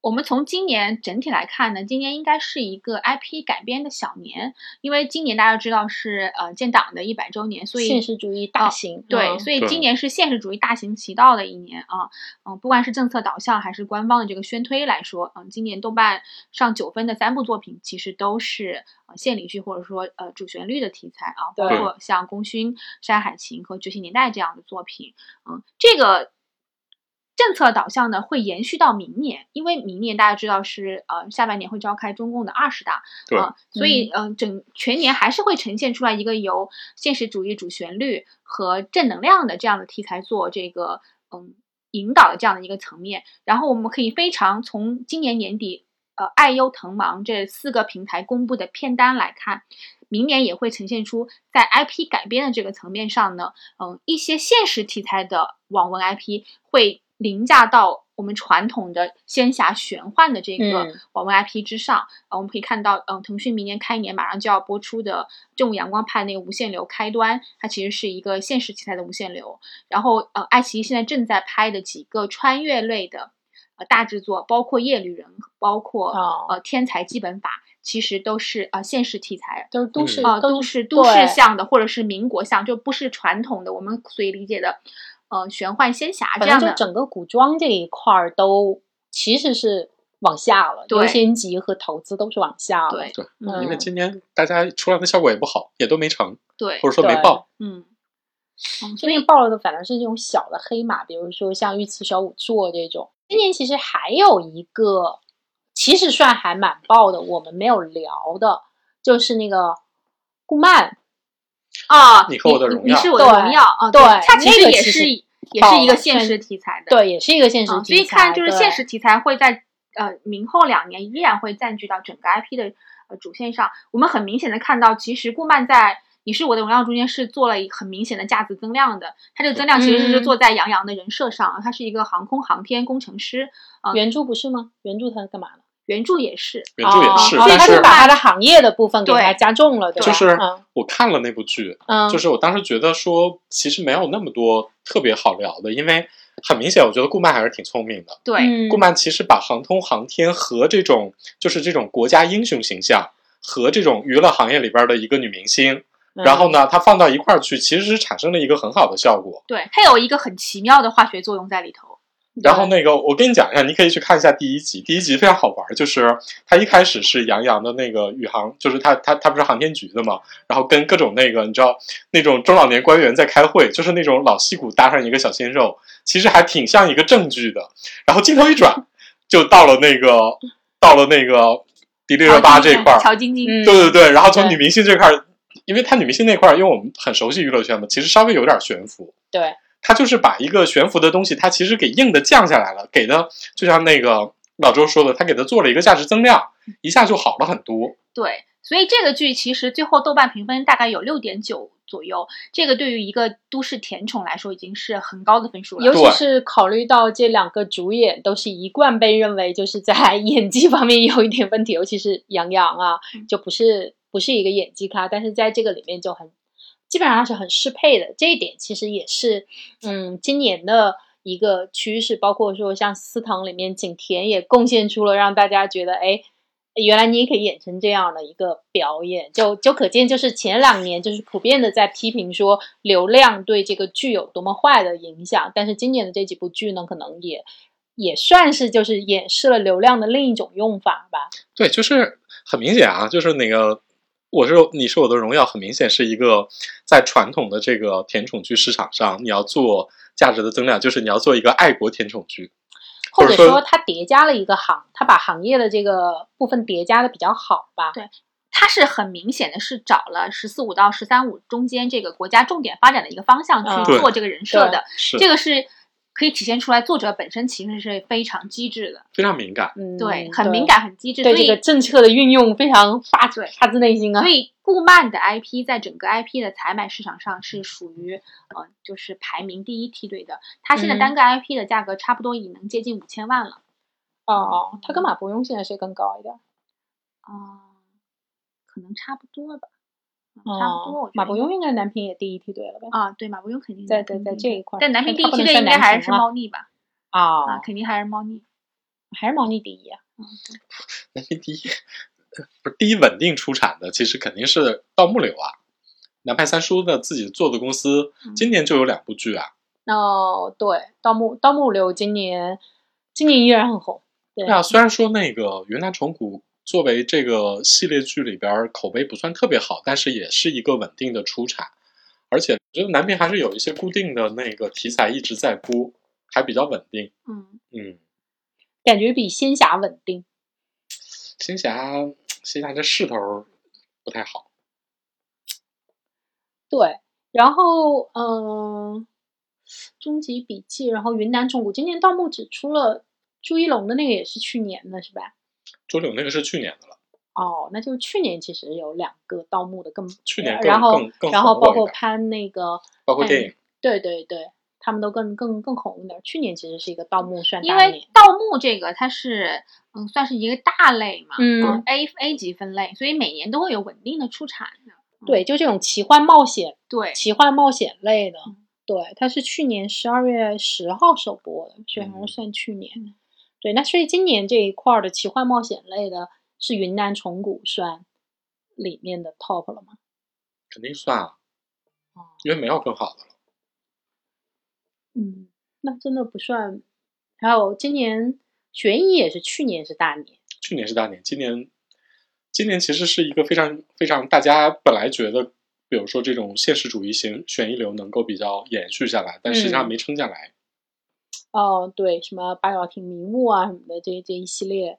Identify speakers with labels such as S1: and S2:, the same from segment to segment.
S1: 我们从今年整体来看呢，今年应该是一个 IP 改编的小年，因为今年大家知道是呃建党的一百周年，所以哦
S2: 现实主义大型，
S1: 对，
S2: 嗯
S1: 所以
S3: 对
S1: 今年是现实主义大行其道的一年啊，嗯、不管是政策导向还是官方的这个宣推来说，嗯、今年豆瓣上九分的三部作品其实都是呃献礼剧或者说呃主旋律的题材啊，包
S2: 对
S1: 括像《功勋》《山海情》和《觉醒年代》这样的作品，嗯、这个。政策导向呢会延续到明年，因为明年大家知道是呃下半年会召开中共的二十大，
S3: 对
S1: 啊，所以嗯、呃整全年还是会呈现出来一个由现实主义主旋律和正能量的这样的题材做这个嗯引导的这样的一个层面。然后我们可以非常从今年年底呃爱优腾芒这四个平台公布的片单来看。明年也会呈现出在 IP 改编的这个层面上呢，嗯，一些现实题材的网文 IP 会凌驾到我们传统的仙侠玄幻的这个
S2: 嗯
S1: 网文 IP 之上。呃，我们可以看到，嗯、腾讯明年开年马上就要播出的《正午阳光派》那个《无限流》开端，它其实是一个现实题材的无限流。然后，呃，爱奇艺现在正在拍的几个穿越类的呃大制作，包括《夜旅人》，包括、
S2: 哦
S1: 呃《天才基本法》，其实都是呃现实题材。
S2: 都是都市，
S1: 呃，
S2: 嗯都
S1: 都
S2: 市
S1: 市都市
S2: 对
S1: 向的，或者是民国向，就不是传统的我们所以理解的，呃，玄幻仙侠这
S2: 反
S1: 样
S2: 正就
S1: 的。
S2: 整个古装这一块儿都其实是往下了，
S1: 对
S2: 优先级和投资都是往下了。
S1: 对，
S3: 对因为
S1: 嗯，
S3: 今年大家出来的效果也不好，也都没成，
S1: 对
S3: 或，者说没
S2: 对
S3: 爆。
S1: 嗯，嗯
S2: 最近爆了的反而是这种小的黑马，比如说像御赐小仵作这种。今年其实还有一个，其实算还蛮爆的，我们没有聊的，就是那个顾漫，
S1: 啊，
S3: 你和我的荣
S1: 你
S3: 耀
S1: 是我的荣耀啊，
S2: 对
S1: 它其
S2: 那
S1: 实
S2: 个
S1: 也
S2: 其
S1: 是
S2: 实
S1: 也
S2: 爆
S1: 是一个
S2: 了
S1: 现
S2: 是
S1: 实题材的，
S2: 对，也是一个现实
S1: 嗯，所
S2: 题材。
S1: 以看就是
S2: 对
S1: 现实题材会在呃明后两年依然会占据到整个 IP 的呃主线上。我们很明显的看到，其实顾漫在《你是我的荣耀》中间是做了一很明显的价值增量的，它这个增量其实是
S2: 嗯
S1: 做在杨洋的人设上，他是一个航空航天工程师，
S2: 原著不是吗？原著它干嘛了？
S1: 原著也是，
S3: 原著也是，
S2: 哦、所以
S3: 但
S2: 它
S3: 是
S2: 就把它的行业的部分给
S1: 对
S2: 它加重了，对吧？
S3: 就是
S2: 嗯
S3: 我看了那部剧，
S2: 嗯，
S3: 就是我当时觉得说，其实没有那么多特别好聊的，因为很明显，我觉得顾漫还是挺聪明的。
S1: 对，
S2: 嗯
S3: 顾漫其实把航空航天和这种就是这种国家英雄形象和这种娱乐行业里边的一个女明星，
S2: 嗯
S3: 然后呢，它放到一块儿去，其实是产生了一个很好的效果。
S1: 对，它有一个很奇妙的化学作用在里头，
S3: 然后那个，我跟你讲一下，你可以去看一下第一集。第一集非常好玩，就是他一开始是杨洋的那个宇航，就是他他他不是航天局的嘛，然后跟各种那个你知道那种中老年官员在开会，就是那种老戏骨搭上一个小鲜肉，其实还挺像一个正剧的。然后镜头一转，就到了那个到了那个迪丽热巴这一块儿，
S1: 乔晶晶，
S2: 嗯
S3: 对对对，然后从
S2: 对
S3: 女明星这块儿，因为她女明星那块儿，因为我们很熟悉娱乐圈嘛，其实稍微有点悬浮。
S2: 对，
S3: 她就是把一个悬浮的东西，她其实给硬的降下来了，给的就像那个老周说的，她给它做了一个价值增量，一下就好了很多。
S1: 对，所以这个剧其实最后豆瓣评分大概有六点九左右，这个对于一个都市甜宠来说已经是很高的分数了。
S2: 尤其
S3: 对
S2: 是考虑到这两个主演都是一贯被认为就是在 演技方面有一点问题，尤其是杨洋啊，就不是不是一个演技咖，但是在这个里面就很基本上是很适配的。这一点其实也是嗯今年的一个趋势，包括说像《司藤》里面景甜也贡献出了让大家觉得哎。原来你也可以演成这样的一个表演，就就可见，就是前两年就是普遍的在批评说流量对这个剧有多么坏的影响，但是今年的这几部剧呢，可能也也算是就是演示了流量的另一种用法吧。
S3: 对，就是很明显啊，就是那个。我是你是我的荣耀，很明显是一个在传统的这个甜宠剧市场上，你要做价值的增量，就是你要做一个爱国甜宠剧。
S2: 或者
S3: 或者
S2: 说
S3: 说
S2: 它叠加了一个行，它把行业的这个部分叠加的比较好吧。
S1: 对它是很明显的是找了“十四五”到“十三五”中间这个国家重点发展的一个方向
S2: 嗯
S1: 去做这个人设的，
S3: 是
S1: 这个是可以体现出来作者本身其实是非常机智的，
S3: 非常敏感，
S2: 嗯，
S1: 对，很敏，感，很机智，
S2: 对
S1: 所
S2: 这
S1: 以
S2: 个政策的运用非常发
S1: 对
S2: 发自内心啊
S1: 所。以顾漫的 IP 在整个 IP 的采买市场上是属于呃，就是排名第一梯队的。它现在
S2: 嗯
S1: 单个 IP 的价格差不多已能接近五千万了。
S2: 哦，它跟马伯庸现在谁更高一点？
S1: 啊，可能差不多吧，嗯差不多。我
S2: 哦
S1: 觉，
S2: 马
S1: 得
S2: 伯庸应该男评也第一梯队了吧？
S1: 啊，对，马伯庸肯定
S2: 在
S1: 是
S2: 在在
S1: 第一
S2: 这一块儿
S1: 但男
S2: 但
S1: 平第
S2: 他
S1: 一
S2: 不
S1: 梯队
S2: 能算啊
S1: 应该
S2: 男
S1: 还
S2: 频
S1: 是
S2: 了
S1: 猫腻吧？
S2: 啊
S1: 啊，肯定还是猫腻。
S2: 哦还是毛利第一啊？
S3: 那第一不是第一稳定出产的，其实肯定是《盗墓柳》啊。南派三叔的自己做的公司，
S1: 嗯
S3: 今年就有两部剧啊。
S2: 哦，对，《盗墓盗墓流》今年今年依然很红，对
S3: 对啊，虽然说那个《云南虫谷》作为这个系列剧里边儿口碑不算特别好，但是也是一个稳定的出产，而且我觉得南平还是有一些固定的那个题材一直在播，还比较稳定。
S1: 嗯，
S3: 嗯，
S2: 感觉比仙侠稳定。
S3: 仙侠，仙侠这势头儿不太好。
S2: 对，然后嗯、终极笔记》，然后《云南虫谷》，今年盗墓只出了朱一龙的那个，也是去年的是吧？
S3: 周柳那个是去年的了，
S2: 哦，那就是去年其实有两个盗墓的更，呃
S3: 去年更
S2: 然后
S3: 更更
S2: 然后
S3: 红过
S2: 包
S3: 一
S2: 括
S3: 点
S2: 潘那个，
S3: 包括电影。
S2: 对对对，他们都更更更红一点。去年其实是一个盗墓算
S1: 因
S2: 大
S1: 为
S2: 年
S1: 盗墓这个它是嗯算是一个大类嘛，
S2: 嗯
S1: ，A A 级分类，所以每年都会有稳定的出产的。
S2: 对，就这种奇幻冒险、
S1: 对，
S2: 奇幻冒险类的，
S1: 嗯
S2: 对，它是去年十二月十号首播的，所以还
S3: 嗯
S2: 是算去年。对，那所以今年这一块儿的奇幻冒险类的是云南虫谷算里面的 top 了吗？
S3: 肯定算啊，因为没有更好的了。
S2: 嗯，那真的不算。还有今年悬疑也是去年是大年，
S3: 去年是大年，今年，今年其实是一个非常非常大家本来觉得，比如说这种现实主义型悬疑流能够比较延续下来，但实际上
S2: 嗯
S3: 没撑下来。
S2: 哦，对，什么八角亭迷雾啊什么的这这一系列，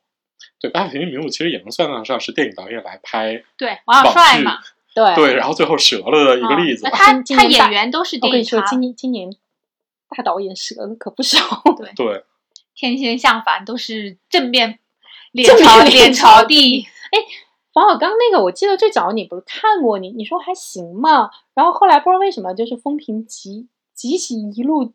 S3: 对，八百平民物其实也能算得上是电影导演来拍
S1: 对，王小
S3: 网
S1: 帅
S3: 剧，
S1: 嘛，嗯
S2: 对
S3: 对，然后最后折了的一个例子。
S1: 哦那他
S2: 今
S1: 他
S2: 年大
S1: 演员都是
S2: 我
S1: 电
S2: 跟你
S1: 影
S2: 说，
S1: 咖
S2: 今，年今年大导演折的可不少。
S1: 对，
S3: 对，
S1: 天仙相反都是正面脸
S2: 正面
S1: 朝
S2: 脸
S1: 脸
S2: 朝
S1: 朝地，
S2: 王小刚那个，我记得最早你不是看过你，你说还行嘛，然后后来不知道为什么就是风评极极其一路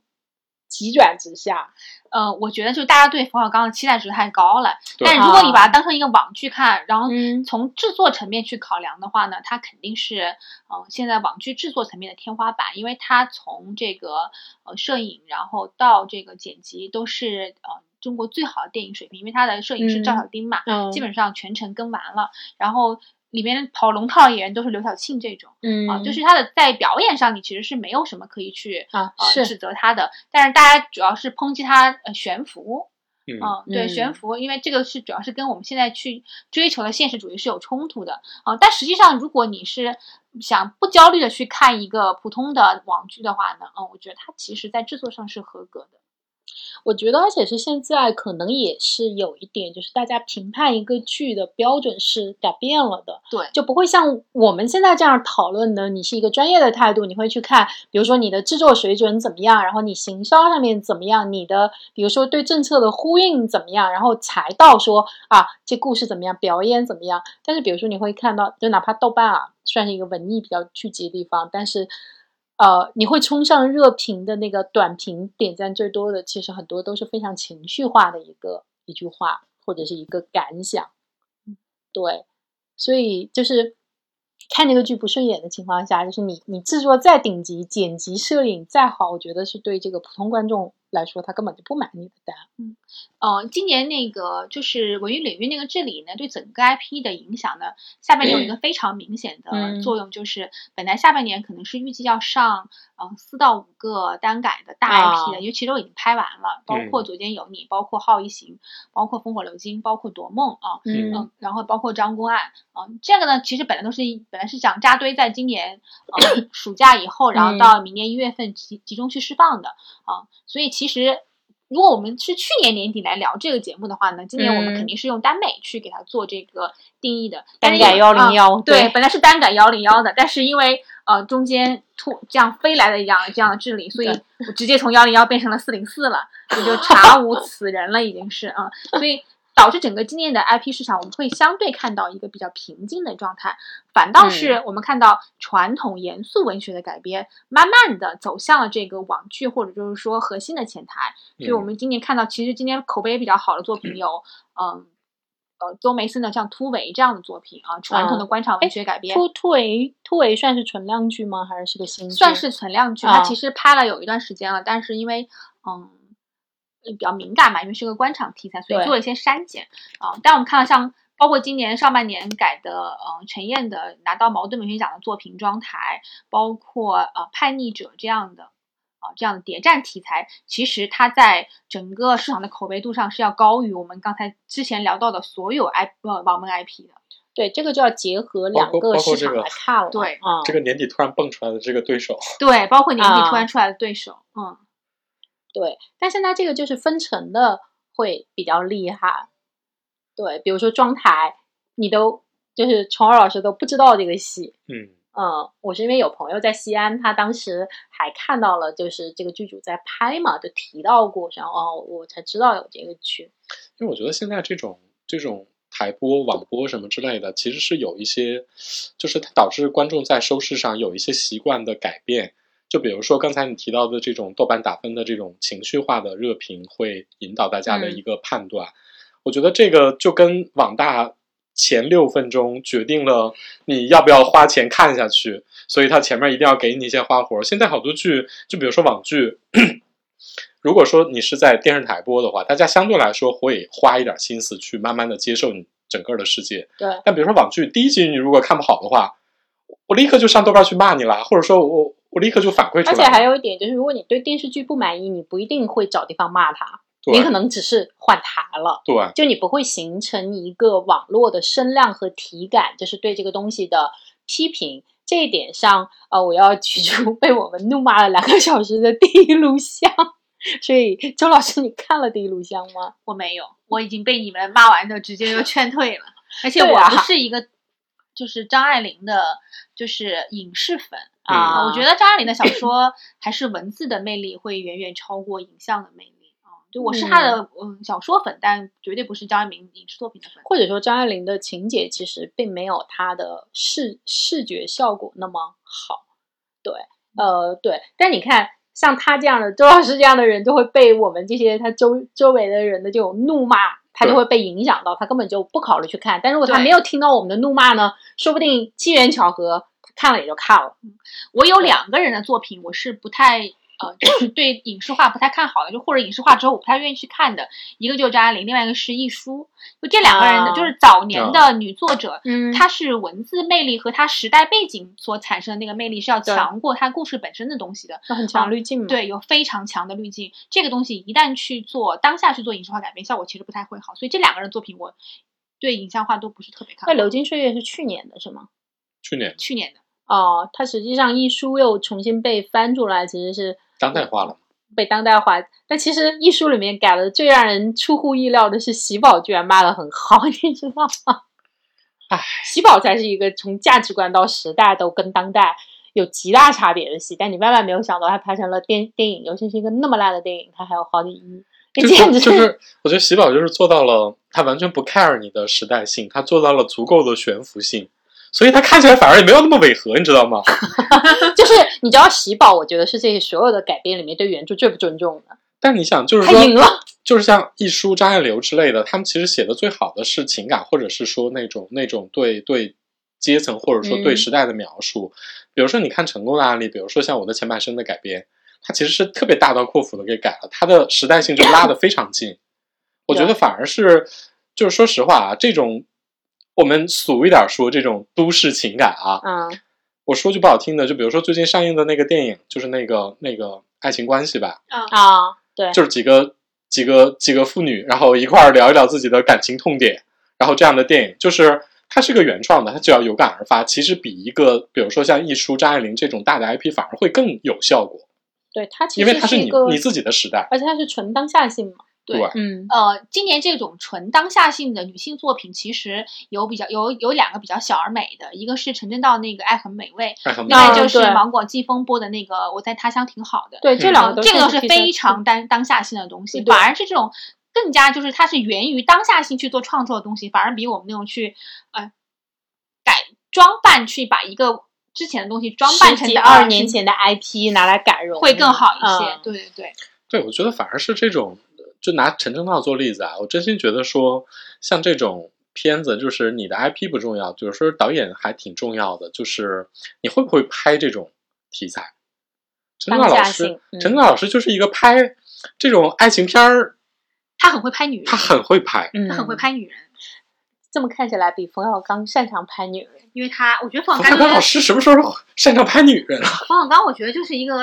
S2: 急转直下。
S1: 呃，我觉得就大家对冯小刚的期待值太高了。
S3: 对
S1: 但如果你把它当成一个网剧看，然后
S2: 啊嗯
S1: 从制作层面去考量的话呢，它肯定是呃现在网剧制作层面的天花板，因为它从这个呃摄影，然后到这个剪辑都是呃中国最好的电影水平，因为它的摄影师赵
S2: 嗯
S1: 小丁嘛，
S2: 嗯，
S1: 基本上全程跟完了，然后里面跑龙套的演员都是刘晓庆这种。
S2: 嗯
S1: 啊，就是他的在表演上，你其实是没有什么可以去
S2: 啊
S1: 呃
S2: 是
S1: 指责他的，但是大家主要是抨击他呃悬浮，
S3: 嗯，
S1: 嗯，对，
S2: 嗯
S1: 悬浮，因为这个是主要是跟我们现在去追求的现实主义是有冲突的啊、呃但实际上，如果你是想不焦虑的去看一个普通的网剧的话呢，嗯，我觉得它其实在制作上是合格的。
S2: 我觉得，而且是现在可能也是有一点，就是大家评判一个剧的标准是改变了的，
S1: 对
S2: 就不会像我们现在这样讨论的。你是一个专业的态度，你会去看，比如说你的制作水准怎么样，然后你行销上面怎么样，你的比如说对政策的呼应怎么样，然后才到说啊这故事怎么样，表演怎么样。但是比如说你会看到，就哪怕豆瓣啊，算是一个文艺比较聚集的地方，但是呃，你会冲上热评的那个短评点赞最多的，其实很多都是非常情绪化的一个一句话或者是一个感想。嗯对，所以就是看这个剧不顺眼的情况下，就是你你制作再顶级，剪辑、摄影再好，我觉得是对这个普通观众来说，他根本就不满意的答案。
S1: 呃，今年那个就是文娱领域那个治理呢，对整个 IP 的影响呢，下半年有一个非常明显的
S2: 嗯
S1: 作用，就是本来下半年可能是预计要上嗯四、到五个单改的大
S2: 啊
S1: IP 的，因为其实都已经拍完了，包括《左肩有你》，包括《浩一行》，包括《烽火流金》，包括《夺梦》啊。
S3: 嗯
S1: 嗯，然后包括张公案，啊、这个呢，其实本来都是一本来是想扎堆在今年，呃，暑假以后，然后
S2: 嗯
S1: 到明年一月份集集中去释放的，啊、所以其实如果我们是去年年底来聊这个节目的话呢，今年我们
S2: 嗯
S1: 肯定是用耽美去给它做这个定义的。但
S2: 单
S1: 是
S2: 改
S1: 有
S2: 幺零
S1: 啊
S2: 幺，
S1: 对，本来是单改幺零幺的，但是因为呃中间突这样飞来的一样这样的治理，所以
S2: 对
S1: 我直接从幺零幺变成了四零四了，也就查无此人了，已经是啊、所以。导致整个今年的 IP 市场，我们会相对看到一个比较平静的状态，反倒是我们看到传统严肃文学的改编，慢慢的走向了这个网剧或者就是说核心的前台。所以我
S3: 嗯
S1: 们今年看到，其实今年口碑比较好的作品有，嗯，呃，周梅森的像《突围》这样的作品啊，传统的官场文学改编，
S2: 突突围突围算是存量剧吗？还是是个新剧？
S1: 算是存量剧。
S2: 啊
S1: 它其实拍了有一段时间了，但是因为嗯，呃比较敏感嘛，因为是个官场题材，所以
S2: 对
S1: 做了一些删减啊、但我们看到像。包括今年上半年改的，呃，陈燕的拿到茅盾文学奖的作品《妆台》，包括呃《叛逆者》这样的，啊、这样的谍战题材，其实它在整个市场的口碑度上是要高于我们刚才之前聊到的所有 I 呃网文 IP 的。
S2: 对，这个就要结合两
S3: 包括
S2: 个
S3: 包括
S2: 市
S3: 这
S2: 场
S3: 个
S2: 来看了。
S1: 对
S2: 啊，
S3: 这个年底突然蹦出来的这个对手，
S1: 对，包括年底突
S2: 啊
S1: 然出来的对手，嗯，
S2: 对，但现在这个就是分层的会比较厉害。对，比如说妆台，你都就是虫儿老师都不知道这个戏。
S3: 嗯，
S2: 嗯，我是因为有朋友在西安，他当时还看到了，就是这个剧组在拍嘛，就提到过，然后哦，我才知道有这个剧。
S3: 因为我觉得现在这种这种台播、网播什么之类的，其实是有一些，就是它导致观众在收视上有一些习惯的改变。就比如说刚才你提到的这种豆瓣打分的这种情绪化的热评，会引导大家的一个判断。我觉得这个就跟网大前六分钟决定了你要不要花钱看下去，所以它前面一定要给你一些花活。现在好多剧，就比如说网剧。 如果说你是在电视台播的话，大家相对来说会花一点心思去慢慢的接受你整个的世界。
S2: 对，
S3: 但比如说网剧，第一集你如果看不好的话，我立刻就上豆瓣去骂你啦，或者说我我立刻就反馈出
S2: 而
S3: 来了。
S2: 且还有一点就是，如果你对电视剧不满意，你不一定会找地方骂他，
S3: 对
S2: 你可能只是换台了。
S3: 对啊
S2: 就你不会形成一个网络的声量和体感，就是对这个东西的批评。这一点上，呃，我要举出被我们怒骂了两个小时的《第一录像》， 所以周老师，你看了《第一录像》吗？
S1: 我没有，我已经被你们骂完的直接就劝退了。 而且
S2: 对
S1: 我
S2: 啊
S1: 不是一个，就是张爱玲的，就是影视粉
S3: 嗯
S1: 啊。我觉得张爱玲的小说还是文字的魅力会远远超过影像的魅力啊。就我是她的嗯小说粉，但绝对不是张爱玲影视作品的粉。
S2: 或者说，张爱玲的情节其实并没有她的视视觉效果那么好。对，呃，对。但你看，像她这样的周老师这样的人，就会被我们这些他周周围的人的这种怒骂，他就
S3: 对
S2: 会被影响到，他根本就不考虑去看。但如果他
S1: 对
S2: 没有听到我们的怒骂呢，说不定机缘巧合，他看了也就看了。
S1: 我有两个人的作品，我是不太呃，就是 对影视化不太看好的，就或者影视化之后我不太愿意去看的。一个就是张爱玲，另外一个是亦舒。就这两个人的，
S2: 啊
S1: 就是早年的女作者，
S2: 嗯
S1: 它是文字魅力和它时代背景所产生的那个魅力是要
S2: 对嗯
S1: 强过它故事本身的东西的。
S2: 那很强滤镜嘛。，
S1: 对，有非常强的滤镜，这个东西一旦去做当下去做影视化改编，效果其实不太会好。所以这两个人作品，我对影像化都不是特别看好。
S2: 那《流金岁月》是去年的是吗？
S3: 去年
S1: 去年的，
S2: 哦，它实际上一书又重新被翻出来，其实是
S3: 当代化了，
S2: 被当代化。但其实一书里面改的最让人出乎意料的是，喜宝居然骂的很好， 你知道吗？
S3: 唉，
S2: 喜宝才是一个从价值观到时代都跟当代有极大差别的戏，但你万万没有想到，它拍成了电电影，尤其是一个那么烂的电影，它还有好几亿，这
S3: 就是
S2: 简直
S3: 就是，我觉得喜宝就是做到了，他完全不 care 你的时代性，他做到了足够的悬浮性，所以他看起来反而也没有那么违和，你知道吗？
S2: 就是你知道，喜宝我觉得是这些所有的改编里面对原著最不尊重的，
S3: 但你想，就是
S2: 他
S3: 说，
S2: 赢了，
S3: 就是像一书、张爱流之类的，他们其实写的最好的是情感，或者是说那种那种对对阶层或者说对
S2: 嗯
S3: 时代的描述。比如说，你看成功的案例，比如说像我的前半生的改编，它其实是特别大刀阔斧的给改了，它的时代性就拉得非常 近。我觉得反而是，就是说实话啊，这种我们俗一点说，这种都市情感啊，
S2: 嗯
S3: 我说句不好听的，就比如说最近上映的那个电影，就是那个那个爱情关系吧，
S2: 啊，对，
S3: 就是几个几个几个妇女，然后一块儿聊一聊自己的感情痛点，然后这样的电影，就是它是个原创的，它只要有感而发，其实比一个比如说像一书、张爱玲这种大的 IP 反而会更有效果，
S2: 对他其
S3: 因为
S2: 实
S3: 它是
S2: 一
S3: 你
S2: 个
S3: 你自己的时代。
S2: 而且它是纯当下性嘛，
S1: 对
S2: 嗯
S1: 呃，今年这种纯当下性的女性作品，其实有比较有有两个比较小而美的，一个是陈正道那个《爱很美味》，
S3: 爱很美
S1: 另外
S2: 那
S1: 就是
S2: 啊对
S1: 芒果季风播的那个《我在他乡挺好的》。，
S2: 对，这两个
S1: 嗯
S2: 都
S1: 这个
S2: 都
S1: 是非常当当下性的东西，
S2: 对对
S1: 反而是这种更加就是它是源于当下性去做创作的东西，反而比我们那种去呃改装扮去把一个之前的东西装扮
S2: 十
S1: 成
S2: 几二
S1: 20
S2: 年前的 IP 拿来改容
S1: 会更好一些。
S2: 嗯
S1: 对对对，
S3: 对，我觉得反而是这种，就拿陈正道做例子啊，我真心觉得说，像这种片子，就是你的 IP 不重要，就是说导演还挺重要的，就是你会不会拍这种题材。陈正道
S2: 当
S3: 老
S2: 下
S3: 师
S2: 性，嗯
S3: 陈正道老师就是一个拍这种爱情片儿，
S1: 他很会拍女人，
S3: 他很会拍。
S2: 嗯
S1: 他很会。拍女人，
S2: 这么看起来，比冯小刚擅长拍女人。
S1: 因为他我觉得冯
S3: 冯
S1: 小
S3: 小
S1: 刚
S3: 刚
S1: 就是
S3: 老师什么时候擅长拍女人了？
S1: 冯小刚，我觉得就是一个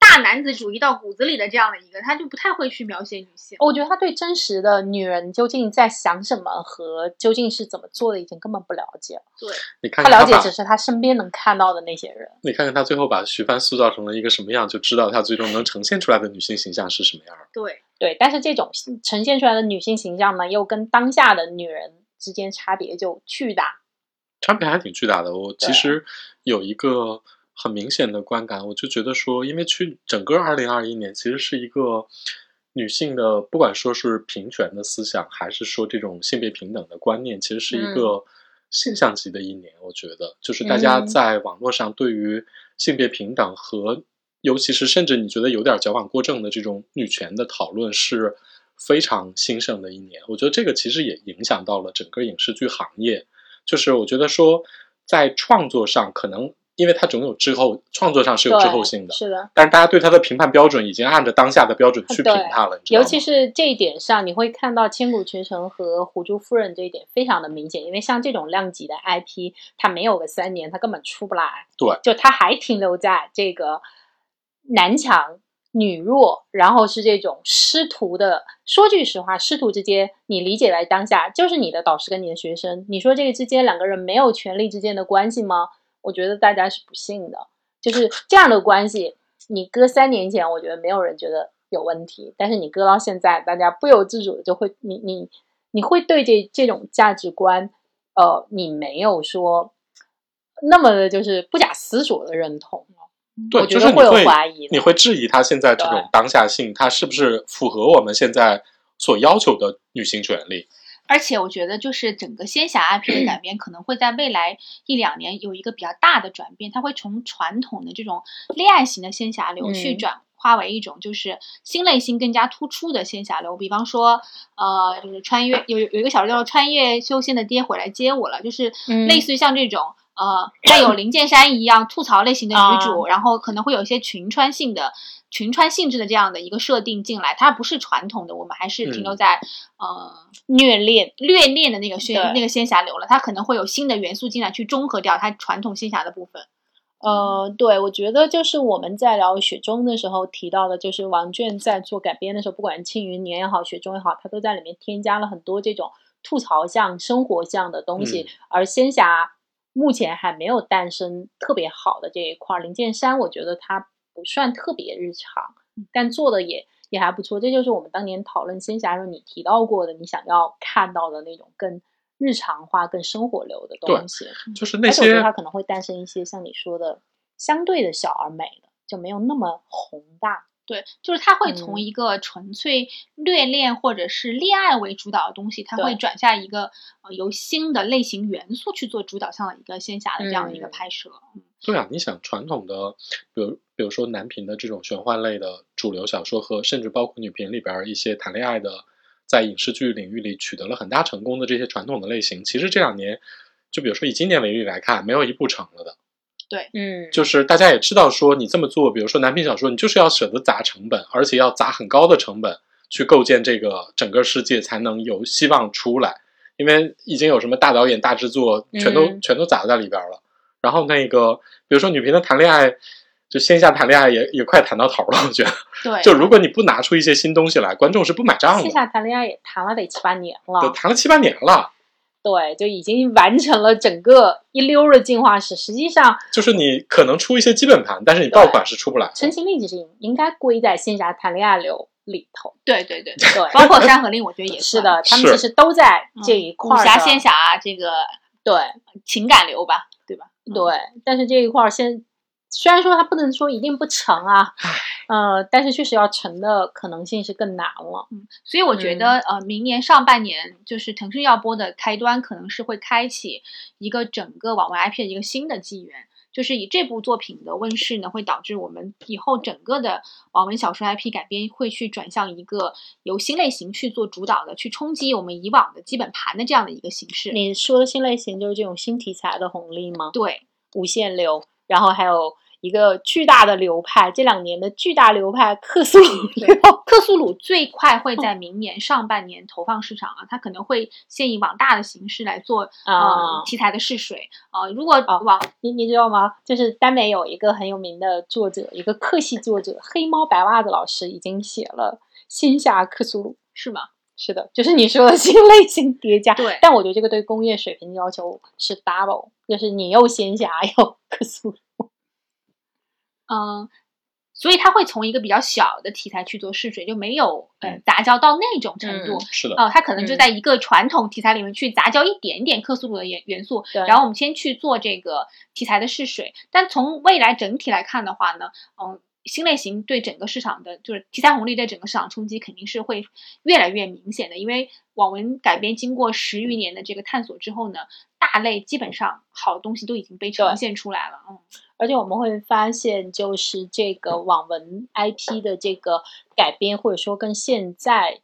S1: 大男子主义到骨子里的这样的一个，他就不太会去描写女性。
S2: 我觉得他对真实的女人究竟在想什么和究竟是怎么做的，已经根本不了解了。
S3: 你看
S2: 他
S3: 看
S2: 了解
S3: 把
S2: 只是他身边能看到的那些人。
S3: 你看看他最后把徐帆塑造成了一个什么样，就知道他最终能呈现出来的女性形象是什么样了。
S1: 对，
S2: 对，但是这种呈现出来的女性形象呢，又跟当下的女人之间差别就巨大。
S3: 差别还挺巨大的。我其
S2: 对
S3: 实有一个很明显的观感，我就觉得说，因为去整个二零二一年其实是一个女性的，不管说是平权的思想，还是说这种性别平等的观念，其实
S2: 嗯
S3: 是一个现象级的一年。我觉得，就是大家
S2: 嗯
S3: 在网络上对于性别平等和尤其是甚至你觉得有点矫枉过正的这种女权的讨论是非常兴盛的一年。我觉得这个其实也影响到了整个影视剧行业，就是我觉得说在创作上可能。因为它总有滞后，创作上是有滞
S2: 对
S3: 后性的，
S2: 是的，
S3: 但是大家对它的评判标准已经按照当下的标准去评它了，你知
S2: 啊尤
S3: 道吗
S2: 其是这一点上，你会看到《千古绝尘》和《虎珠夫人》这一点非常的明显，因为像这种量级的 IP，它没有个三年，它根本出不来。
S3: 对，
S2: 就它还停留在这个男强女弱，然后是这种师徒的。说句实话，师徒之间，你理解为当下就是你的导师跟你的学生，你说这个之间两个人没有权利之间的关系吗？我觉得大家是不信的。就是这样的关系，你搁三年前，我觉得没有人觉得有问题，但是你搁到现在，大家不由自主的就会，你你你会对这这种价值观，呃，你没有说那么的，就是不假思索的认同了
S3: 对，
S2: 我觉
S3: 就是
S2: 得
S3: 你
S2: 会有
S3: 会
S2: 怀疑的
S3: 你会质疑它现在这种
S2: 对
S3: 当下性，它是不是符合我们现在所要求的女性权利？
S1: 而且我觉得就是整个仙侠 IP 的改编可能会在未来一两年有一个比较大的转变，它会从传统的这种恋爱型的仙侠流去
S2: 嗯
S1: 转。化为一种就是新类型更加突出的仙侠流，比方说，呃，就是穿越有有一个小说叫做《穿越修仙的爹回来接我了》，就是
S2: 嗯
S1: 类似于像这种、呃，带有林剑山一样吐槽类型的女
S2: 啊
S1: 主，然后可能会有一些群穿性的群穿性质的这样的一个设定进来，它不是传统的，我们还是停留
S2: 嗯
S1: 在、呃
S2: 虐恋，
S1: 略恋的那个
S2: 对
S1: 仙那个仙侠流了，它可能会有新的元素进来去中和掉它传统仙侠的部分。
S2: 呃，对，我觉得就是我们在聊《雪中》的时候提到的，就是王倦在做改编的时候，不管是《庆余年》也好，《雪中》也好，他都在里面添加了很多这种吐槽向、生活向的东西。
S3: 嗯
S2: 而仙侠目前还没有诞生特别好的这一块儿，林剑山我觉得他不算特别日常，但做的也也还不错。这就是我们当年讨论仙侠时候你提到过的，你想要看到的那种更日常化、更生活流的
S3: 对
S2: 东西。
S3: 就是
S2: 嗯
S3: 那
S2: 而且我觉
S3: 些
S2: 得它可能会诞生一些像你说的相对的小而美的，就没有那么宏大。
S1: 对，就是它会从
S2: 嗯
S1: 一个纯粹略恋或者是恋爱为主导的东西，它会
S2: 对
S1: 转向一个呃由新的类型元素去做主导向的一个仙侠的这样的一个
S2: 嗯
S1: 拍摄。
S3: 对啊，你想传统的，比如比如说男频的这种玄幻类的主流小说和甚至包括女频里边儿一些谈恋爱的，在影视剧领域里取得了很大成功的这些传统的类型，其实这两年，就比如说以今年为例来看，没有一部成了的。
S2: 嗯
S3: 就是大家也知道，说你这么做，比如说男频小说，你就是要舍得砸成本，而且要砸很高的成本去构建这个整个世界，才能有希望出来。因为已经有什么大导演、大制作，全都、
S2: 嗯
S3: 全都砸在里边了。然后那个，比如说女频的谈恋爱，就线下谈恋爱也也快谈到头了，我觉得。
S1: 对，
S3: 就如果你不拿出一些新东西来，观众是不买账
S2: 线
S3: 的。
S2: 下谈恋爱也谈了得七八年
S3: 都
S2: 了，
S3: 谈了七八年了，
S2: 对，就已经完成了整个一溜儿的进化史。实际上，
S3: 就是你可能出一些基本盘，但是你爆款是出不来的。
S2: 陈情令其实应应该归在线下谈恋爱流里头。
S1: 对对对，包
S2: 对，
S1: 括《山河令》，我觉得也
S2: 是
S1: 算
S2: 的，他们
S3: 是
S2: 其实都在
S1: 哦嗯
S2: 这一
S1: 武
S2: 块儿的。
S1: 侠、仙侠这个
S2: 对，
S1: 情感流吧，对吧？嗯
S2: 对，但是这一块儿先，虽然说它不能说一定不成啊，呃，但是确实要成的可能性是更难了。
S1: 所以我觉得，呃，明年上半年就是腾讯要播的开端，可能是会开启一个整个网文 IP 的一个新的纪元。就是以这部作品的问世呢，会导致我们以后整个的网文小说 IP 改编会去转向一个由新类型去做主导的，去冲击我们以往的基本盘的这样的一个形式。
S2: 你说的新类型就是这种新题材的红利吗？
S1: 对，
S2: 无限流，然后还有一个巨大的流派，这两年的巨大流派克苏鲁 流。
S1: 克苏鲁最快会在明年上半年投放市场啊，它可能会先以网大的形式来做
S2: 啊
S1: 呃题材的试水啊、呃如果
S2: 啊
S1: 网
S2: 你你知道吗？就是耽美有一个很有名的作者，一个克系作者黑猫白袜子老师已经写了《仙侠克苏鲁》。
S1: 是吗？
S2: 是的，就是你说的新类型叠加。
S1: 对
S2: 但我觉得这个对工业水平要求是 double，就是你又仙侠又克苏鲁。
S1: 嗯，所以它会从一个比较小的题材去做试水，就没有呃
S3: 嗯
S1: 杂交到那种程度。
S3: 是的，
S1: 哦，它可能就
S2: 嗯
S1: 在一个传统题材里面去杂交一点点克苏鲁的元元素，
S2: 对
S1: 然后我们先去做这个题材的试水。但从未来整体来看的话呢，嗯，新类型对整个市场的就是题材红利对整个市场冲击肯定是会越来越明显的，因为网文改编经过十余年的这个探索之后呢，大类基本上好东西都已经被呈
S2: 对
S1: 现出来了，嗯。
S2: 而且我们会发现，就是这个网文 IP 的这个改编，或者说跟现在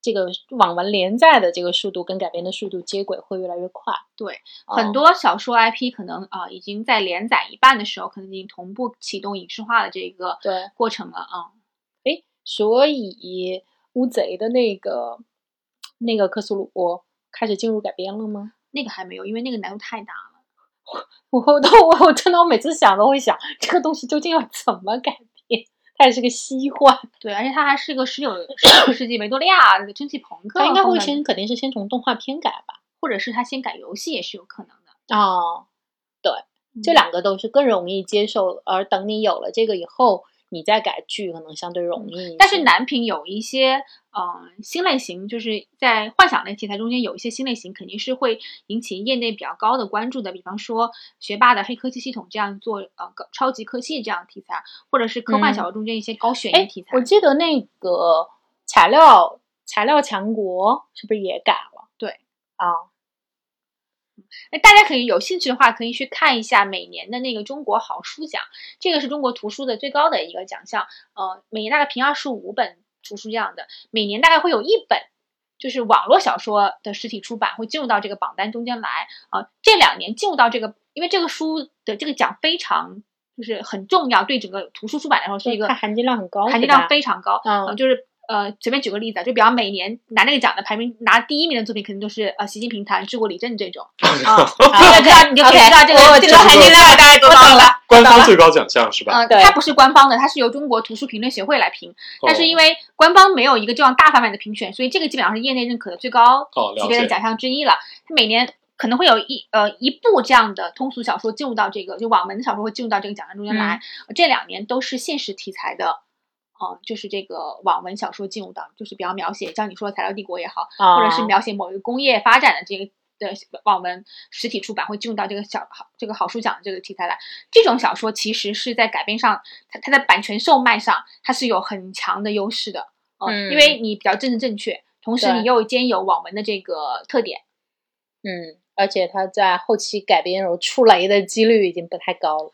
S2: 这个网文连载的这个速度跟改编的速度接轨会越来越快。
S1: 对，
S2: 哦
S3: 啊
S1: 很多小说 IP 可能啊、呃已经在连载一半的时候，可能已经同步启动影视化的这个
S2: 对
S1: 过程了啊、
S2: 诶，所以乌贼的那个那个克苏鲁开始进入改编了吗？
S1: 那个还没有，因为那个难度太大了。
S2: 我都我我真的我每次想都会想，这个东西究竟要怎么改编？它也是个西幻，
S1: 对，而且它还是个十九十九世纪维多利亚那个蒸汽朋克
S2: 它
S1: 风
S2: 应
S1: 的，
S2: 该会先肯定是先从动画片改吧？
S1: 或者是它先改游戏也是有可能的。
S2: 哦，这
S1: 嗯
S2: 两个都是更容易接受，而等你有了这个以后，你再改剧可能相对容易一些。
S1: 嗯但是男频有一些嗯、呃新类型，就是在幻想类题材中间有一些新类型，肯定是会引起业内比较高的关注的。比方说学霸的黑科技系统这样做，呃，高超级科技这样的题材，或者是科幻
S2: 嗯
S1: 小说中间一些高悬
S2: 哎
S1: 疑题材。
S2: 我记得那个材料材料强国是不是也改了？
S1: 对，
S2: 啊、
S1: 那大家可以有兴趣的话，可以去看一下每年的那个中国好书奖，这个是中国图书的最高的一个奖项，呃，每年大概评二十五本图书这样的，每年大概会有一本。就是网络小说的实体出版会进入到这个榜单中间来啊、呃这两年进入到这个，因为这个书的这个奖非常就是很重要，对整个图书出版来说是一个
S2: 它含金量很高
S1: 含金
S2: 是吧
S1: 量非常高。
S2: 嗯
S1: 呃就是呃，随便举个例子啊，就比方每年拿那个奖的排名拿第一名的作品，肯定就是呃习近平谈治国理政这种。啊，
S2: 好
S1: 这样你就可以知道这
S2: 我
S1: 个这个含金量大概多高了。
S3: 官方最高奖项是吧？
S1: 嗯，
S2: 对
S1: 它不是官方的，它是由中国图书评论协会来评，但是因
S3: 为
S1: 为官方没有一个这样大范围的评选，所以这个基本上是业内认可的最高
S3: 哦，
S1: 级
S3: 了
S1: 别的
S3: 解，
S1: 奖项之一了。它每年可能会有一呃一部这样的通俗小说进入到这个就网文的小说会进入到这个奖项中间来。呃这两年都是现实题材的，呃，就是这个网文小说进入到，就是比方描写像你说的《材料帝国》也好，
S2: 啊，
S1: 或者是描写某一个工业发展的这个的网文实体出版会进入到这个小好这个好书奖的这个题材来。这种小说其实是在改编上，它它在版权售卖上它是有很强的优势的，呃
S2: 嗯
S1: 因为你比较政治正确，同时
S2: 对
S1: 你又兼有网文的这个特点。
S2: 嗯，而且它在后期改编时候出雷的几率已经不太高了。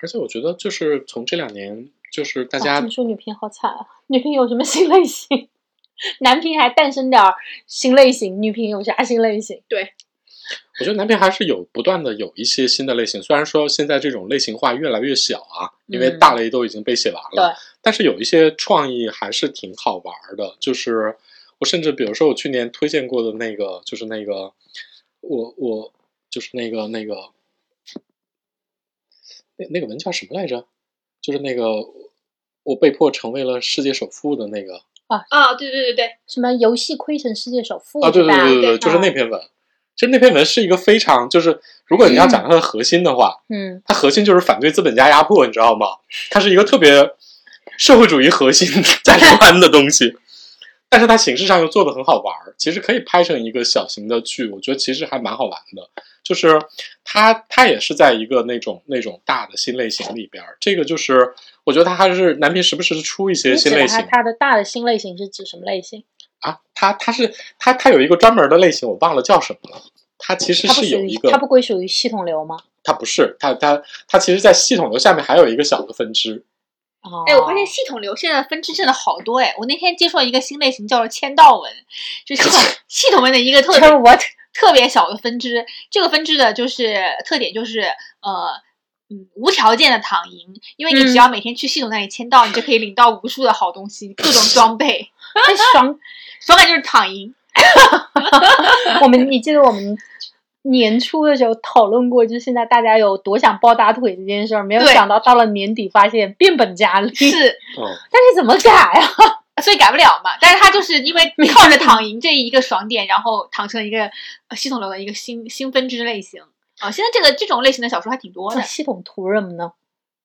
S3: 而且我觉得就是从这两年，就是大
S2: 哇
S3: 家
S2: 哦这么说女频好惨啊！ 女频有什么新 类型？男频还诞生点儿新类型，女频有啥新类型？
S3: 我觉得男频还是有不断的有一些新的类型，虽然说现在这种类型化越来越小啊，因为
S2: 嗯
S3: 大类都已经被写完了，但是有一些创意还是挺好玩儿的。就是我甚至比如说我去年推荐过的那个，就是那个我我就是那个那个那那个文叫什么来着？就是那个我被迫成为了世界首富的那个
S1: 啊，对对对对，
S2: 什么游戏亏成世界首富
S3: 啊，对对
S2: 吧？
S3: 对对，
S1: 对
S3: 就是那篇文。其实那篇文是一个非常，就是如果你要讲它的核心的话，
S2: 嗯，
S3: 它核心就是反对资本家压迫，你知道吗？它是一个特别社会主义核心 价值观的东西，但是它形式上又做的很好玩儿，其实可以拍成一个小型的剧，我觉得其实还蛮好玩的。就是它，它也是在一个那种那种大的新类型里边儿，这个就是我觉得它还是南平时不时地出一些
S2: 你
S3: 新
S2: 指
S3: 类
S2: 的它
S3: 型
S2: 它的大的新类型是指什么类型？
S3: 啊，它它是它它有一个专门的类型，我忘了叫什么了。它其实
S2: 它不
S3: 是
S2: 属
S3: 有
S2: 于
S3: 一个，
S2: 它不归属于系统流吗？
S3: 它不是，它它它其实，在系统流下面还有一个小的分支，
S2: 哦，
S1: 哎，我发现系统流现在分支现在好多哎，我那天接触了一个新类型叫做签到文，就是系统系统文的一个特
S2: 这
S1: 别
S2: 是我
S1: 特别小的分支。这个分支的就是特点就是呃，嗯无条件的躺赢，因为你只要每天去系统那里签到，你就可以领到无数的好东西，各种装备，
S2: 太爽！
S1: 手感就是躺赢。
S2: 我们你记得我们年初的时候讨论过，就是现在大家有多想抱大腿这件事儿，没有
S1: 对
S2: 想到到了年底发现变本加厉，
S1: 是，
S3: 嗯，
S2: 但是怎么改啊？
S1: 所以改不了嘛。但是他就是因为靠着躺赢这一个爽点，然后躺成了一个呃系统流的一个新新分支类型啊、现在这个这种类型的小说还挺多的
S2: 那，系统图什么呢？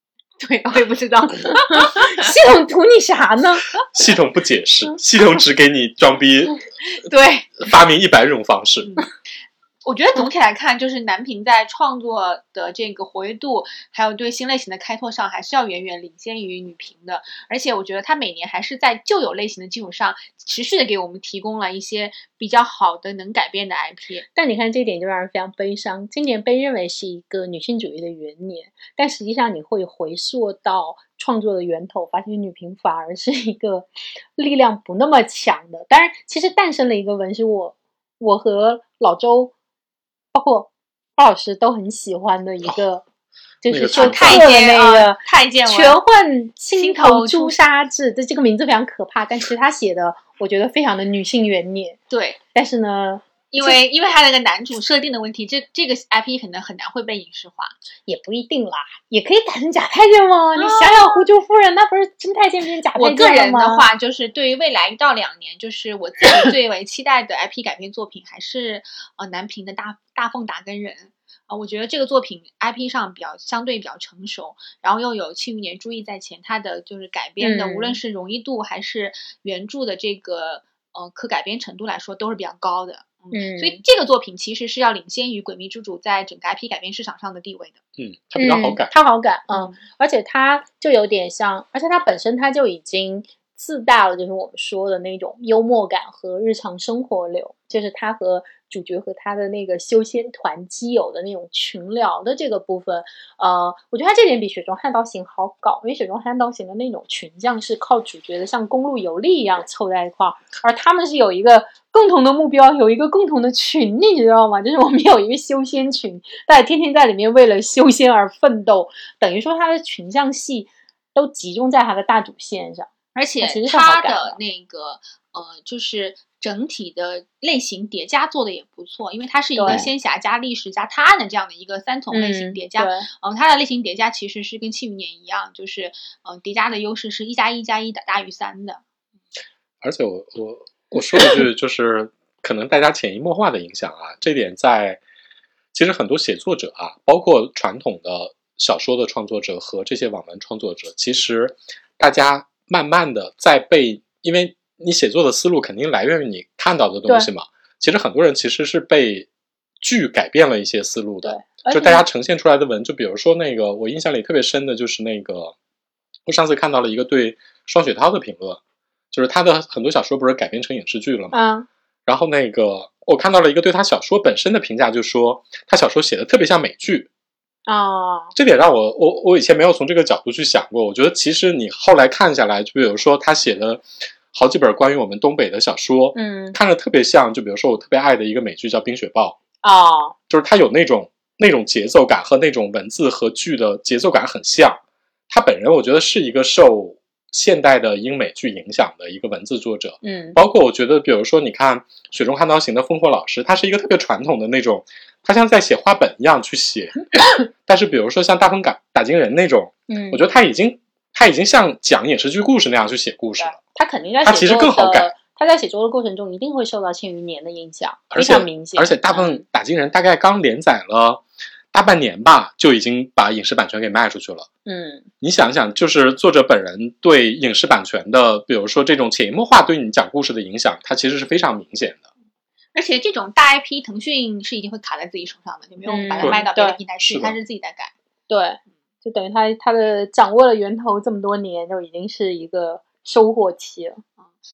S1: 对，我也不知道。
S2: 系统图你啥呢？
S3: 系统不解释，系统只给你装逼，
S1: 对，
S3: 发明一百种方式。
S1: 我觉得总体来看，就是南平在创作的这个活跃度，还有对新类型的开拓上，还是要远远领先于女频的。而且我觉得他每年还是在旧有类型的基础上，持续的给我们提供了一些比较好的能改变的 IP。
S2: 但你看这一点就让人非常悲伤。今年被认为是一个女性主义的元年，但实际上你会回溯到创作的源头，发现女频反而是一个力量不那么强的。当然，其实诞生了一个文是我我和老周，包括包老师都很喜欢的一个，就
S3: 哦那个
S2: 是秀
S3: 太
S2: 特的
S1: 监
S2: 那个
S1: 啊太监文
S2: 全换青
S1: 心
S2: 头
S1: 头
S2: 朱
S1: 朱
S2: 砂痣，这这个名字非常可怕，但是他写的我觉得非常的女性元年。
S1: 对，
S2: 但是呢，
S1: 因为因为他那个男主设定的问题，这这个 IP 可能很难会被影视化。
S2: 也不一定啦，也可以改成假太监吗？你想想，胡珠夫人那不是真太监变假太监
S1: 哦我个人
S2: 了吗
S1: 的，话，就是对于未来一到两年，就是我自己最为期待的 IP 改编作品，还是呃南平的大大奉打更人。啊、我觉得这个作品 IP 上比较相对比较成熟，然后又有庆余年朱毅在前，它的就是改编的，无
S2: 嗯
S1: 论是容易度还是原著的这个呃可改编程度来说，都是比较高的。
S2: 嗯，
S1: 所以这个作品其实是要领先于《诡秘之主》在整个 IP 改编市场上的地位的。
S3: 嗯，它比较好改
S2: 嗯。它好改，嗯，，而且它就有点像，而且它本身它就已经自带了，就是我们说的那种幽默感和日常生活流，就是它和主角和他的那个修仙团基友的那种群聊的这个部分，呃，我觉得它这点比雪中悍刀行好搞，因为雪中悍刀行的那种群像是靠主角的像公路游历一样凑在一块儿，而他们是有一个共同的目标，有一个共同的群，你知道吗？就是我们有一个修仙群，大家天天在里面为了修仙而奋斗，等于说他的群像戏都集中在他的大主线上。
S1: 而且
S2: 其实是好
S1: 它
S2: 改
S1: 的
S2: 的
S1: 那个呃，就是整体的类型叠加做的也不错，因为它是一
S2: 对
S1: 个仙侠加历史加探案的这样的一个三重类型叠加。嗯、
S2: 对
S1: 它的类型叠加其实是跟庆余年一样，就是嗯、呃叠加的优势是一加一加一大于三的。
S3: 而且我我我说一句，就是可能大家潜移默化的影响啊，这点在其实很多写作者啊，包括传统的小说的创作者和这些网文创作者，其实大家慢慢的在被，因为你写作的思路肯定来源于你看到的东西嘛，其实很多人其实是被剧改变了一些思路的。
S2: 对，而
S3: 就
S2: 且
S3: 大家呈现出来的文，就比如说那个，我印象里特别深的就是那个，我上次看到了一个对双雪涛的评论，就是他的很多小说不是改编成影视剧了嘛，
S2: 嗯，
S3: 然后那个我看到了一个对他小说本身的评价，就说他小说写的特别像美剧，
S2: 哦，
S3: 这点让我我我以前没有从这个角度去想过。我觉得其实你后来看下来，就比如说他写的好几本关于我们东北的小说，
S2: 嗯，
S3: 看着特别像，就比如说我特别爱的一个美剧叫《冰雪暴》。
S2: 哦，
S3: 就是它有那种那种节奏感和那种文字和剧的节奏感很像。他本人我觉得是一个受现代的英美剧影响的一个文字作者，
S2: 嗯，
S3: 包括我觉得，比如说你看《雪中悍刀行》的烽火老师，他是一个特别传统的那种，他像在写话本一样去写。 但是比如说像大风打打金人那种，
S2: 嗯，
S3: 我觉得他已经他已经像讲影视剧故事那样去写故事了。
S2: 他肯定在
S3: 他
S2: 写
S3: 其实
S2: 作
S3: 更好
S2: 的
S3: 改。
S2: 他在写作的过程中一定会受到庆余年的影响，
S3: 而
S2: 非
S3: 且
S2: 常明显。
S3: 而且大
S2: 嗯
S3: 部分打金人大概刚连载了大半年吧，就已经把影视版权给卖出去了。
S2: 嗯，
S3: 你想想，就是作者本人对影视版权的，比如说这种潜移默化对你讲故事的影响，它其实是非常明显的。
S1: 而且这种大 IP，腾讯是一定会卡在自己手上的，就没有
S2: 嗯
S1: 把它卖到别的平台去，
S3: 是的
S1: 它是自己在改。
S2: 对，就等于他他的掌握了源头这么多年，就已经是一个收获期了。
S1: 嗯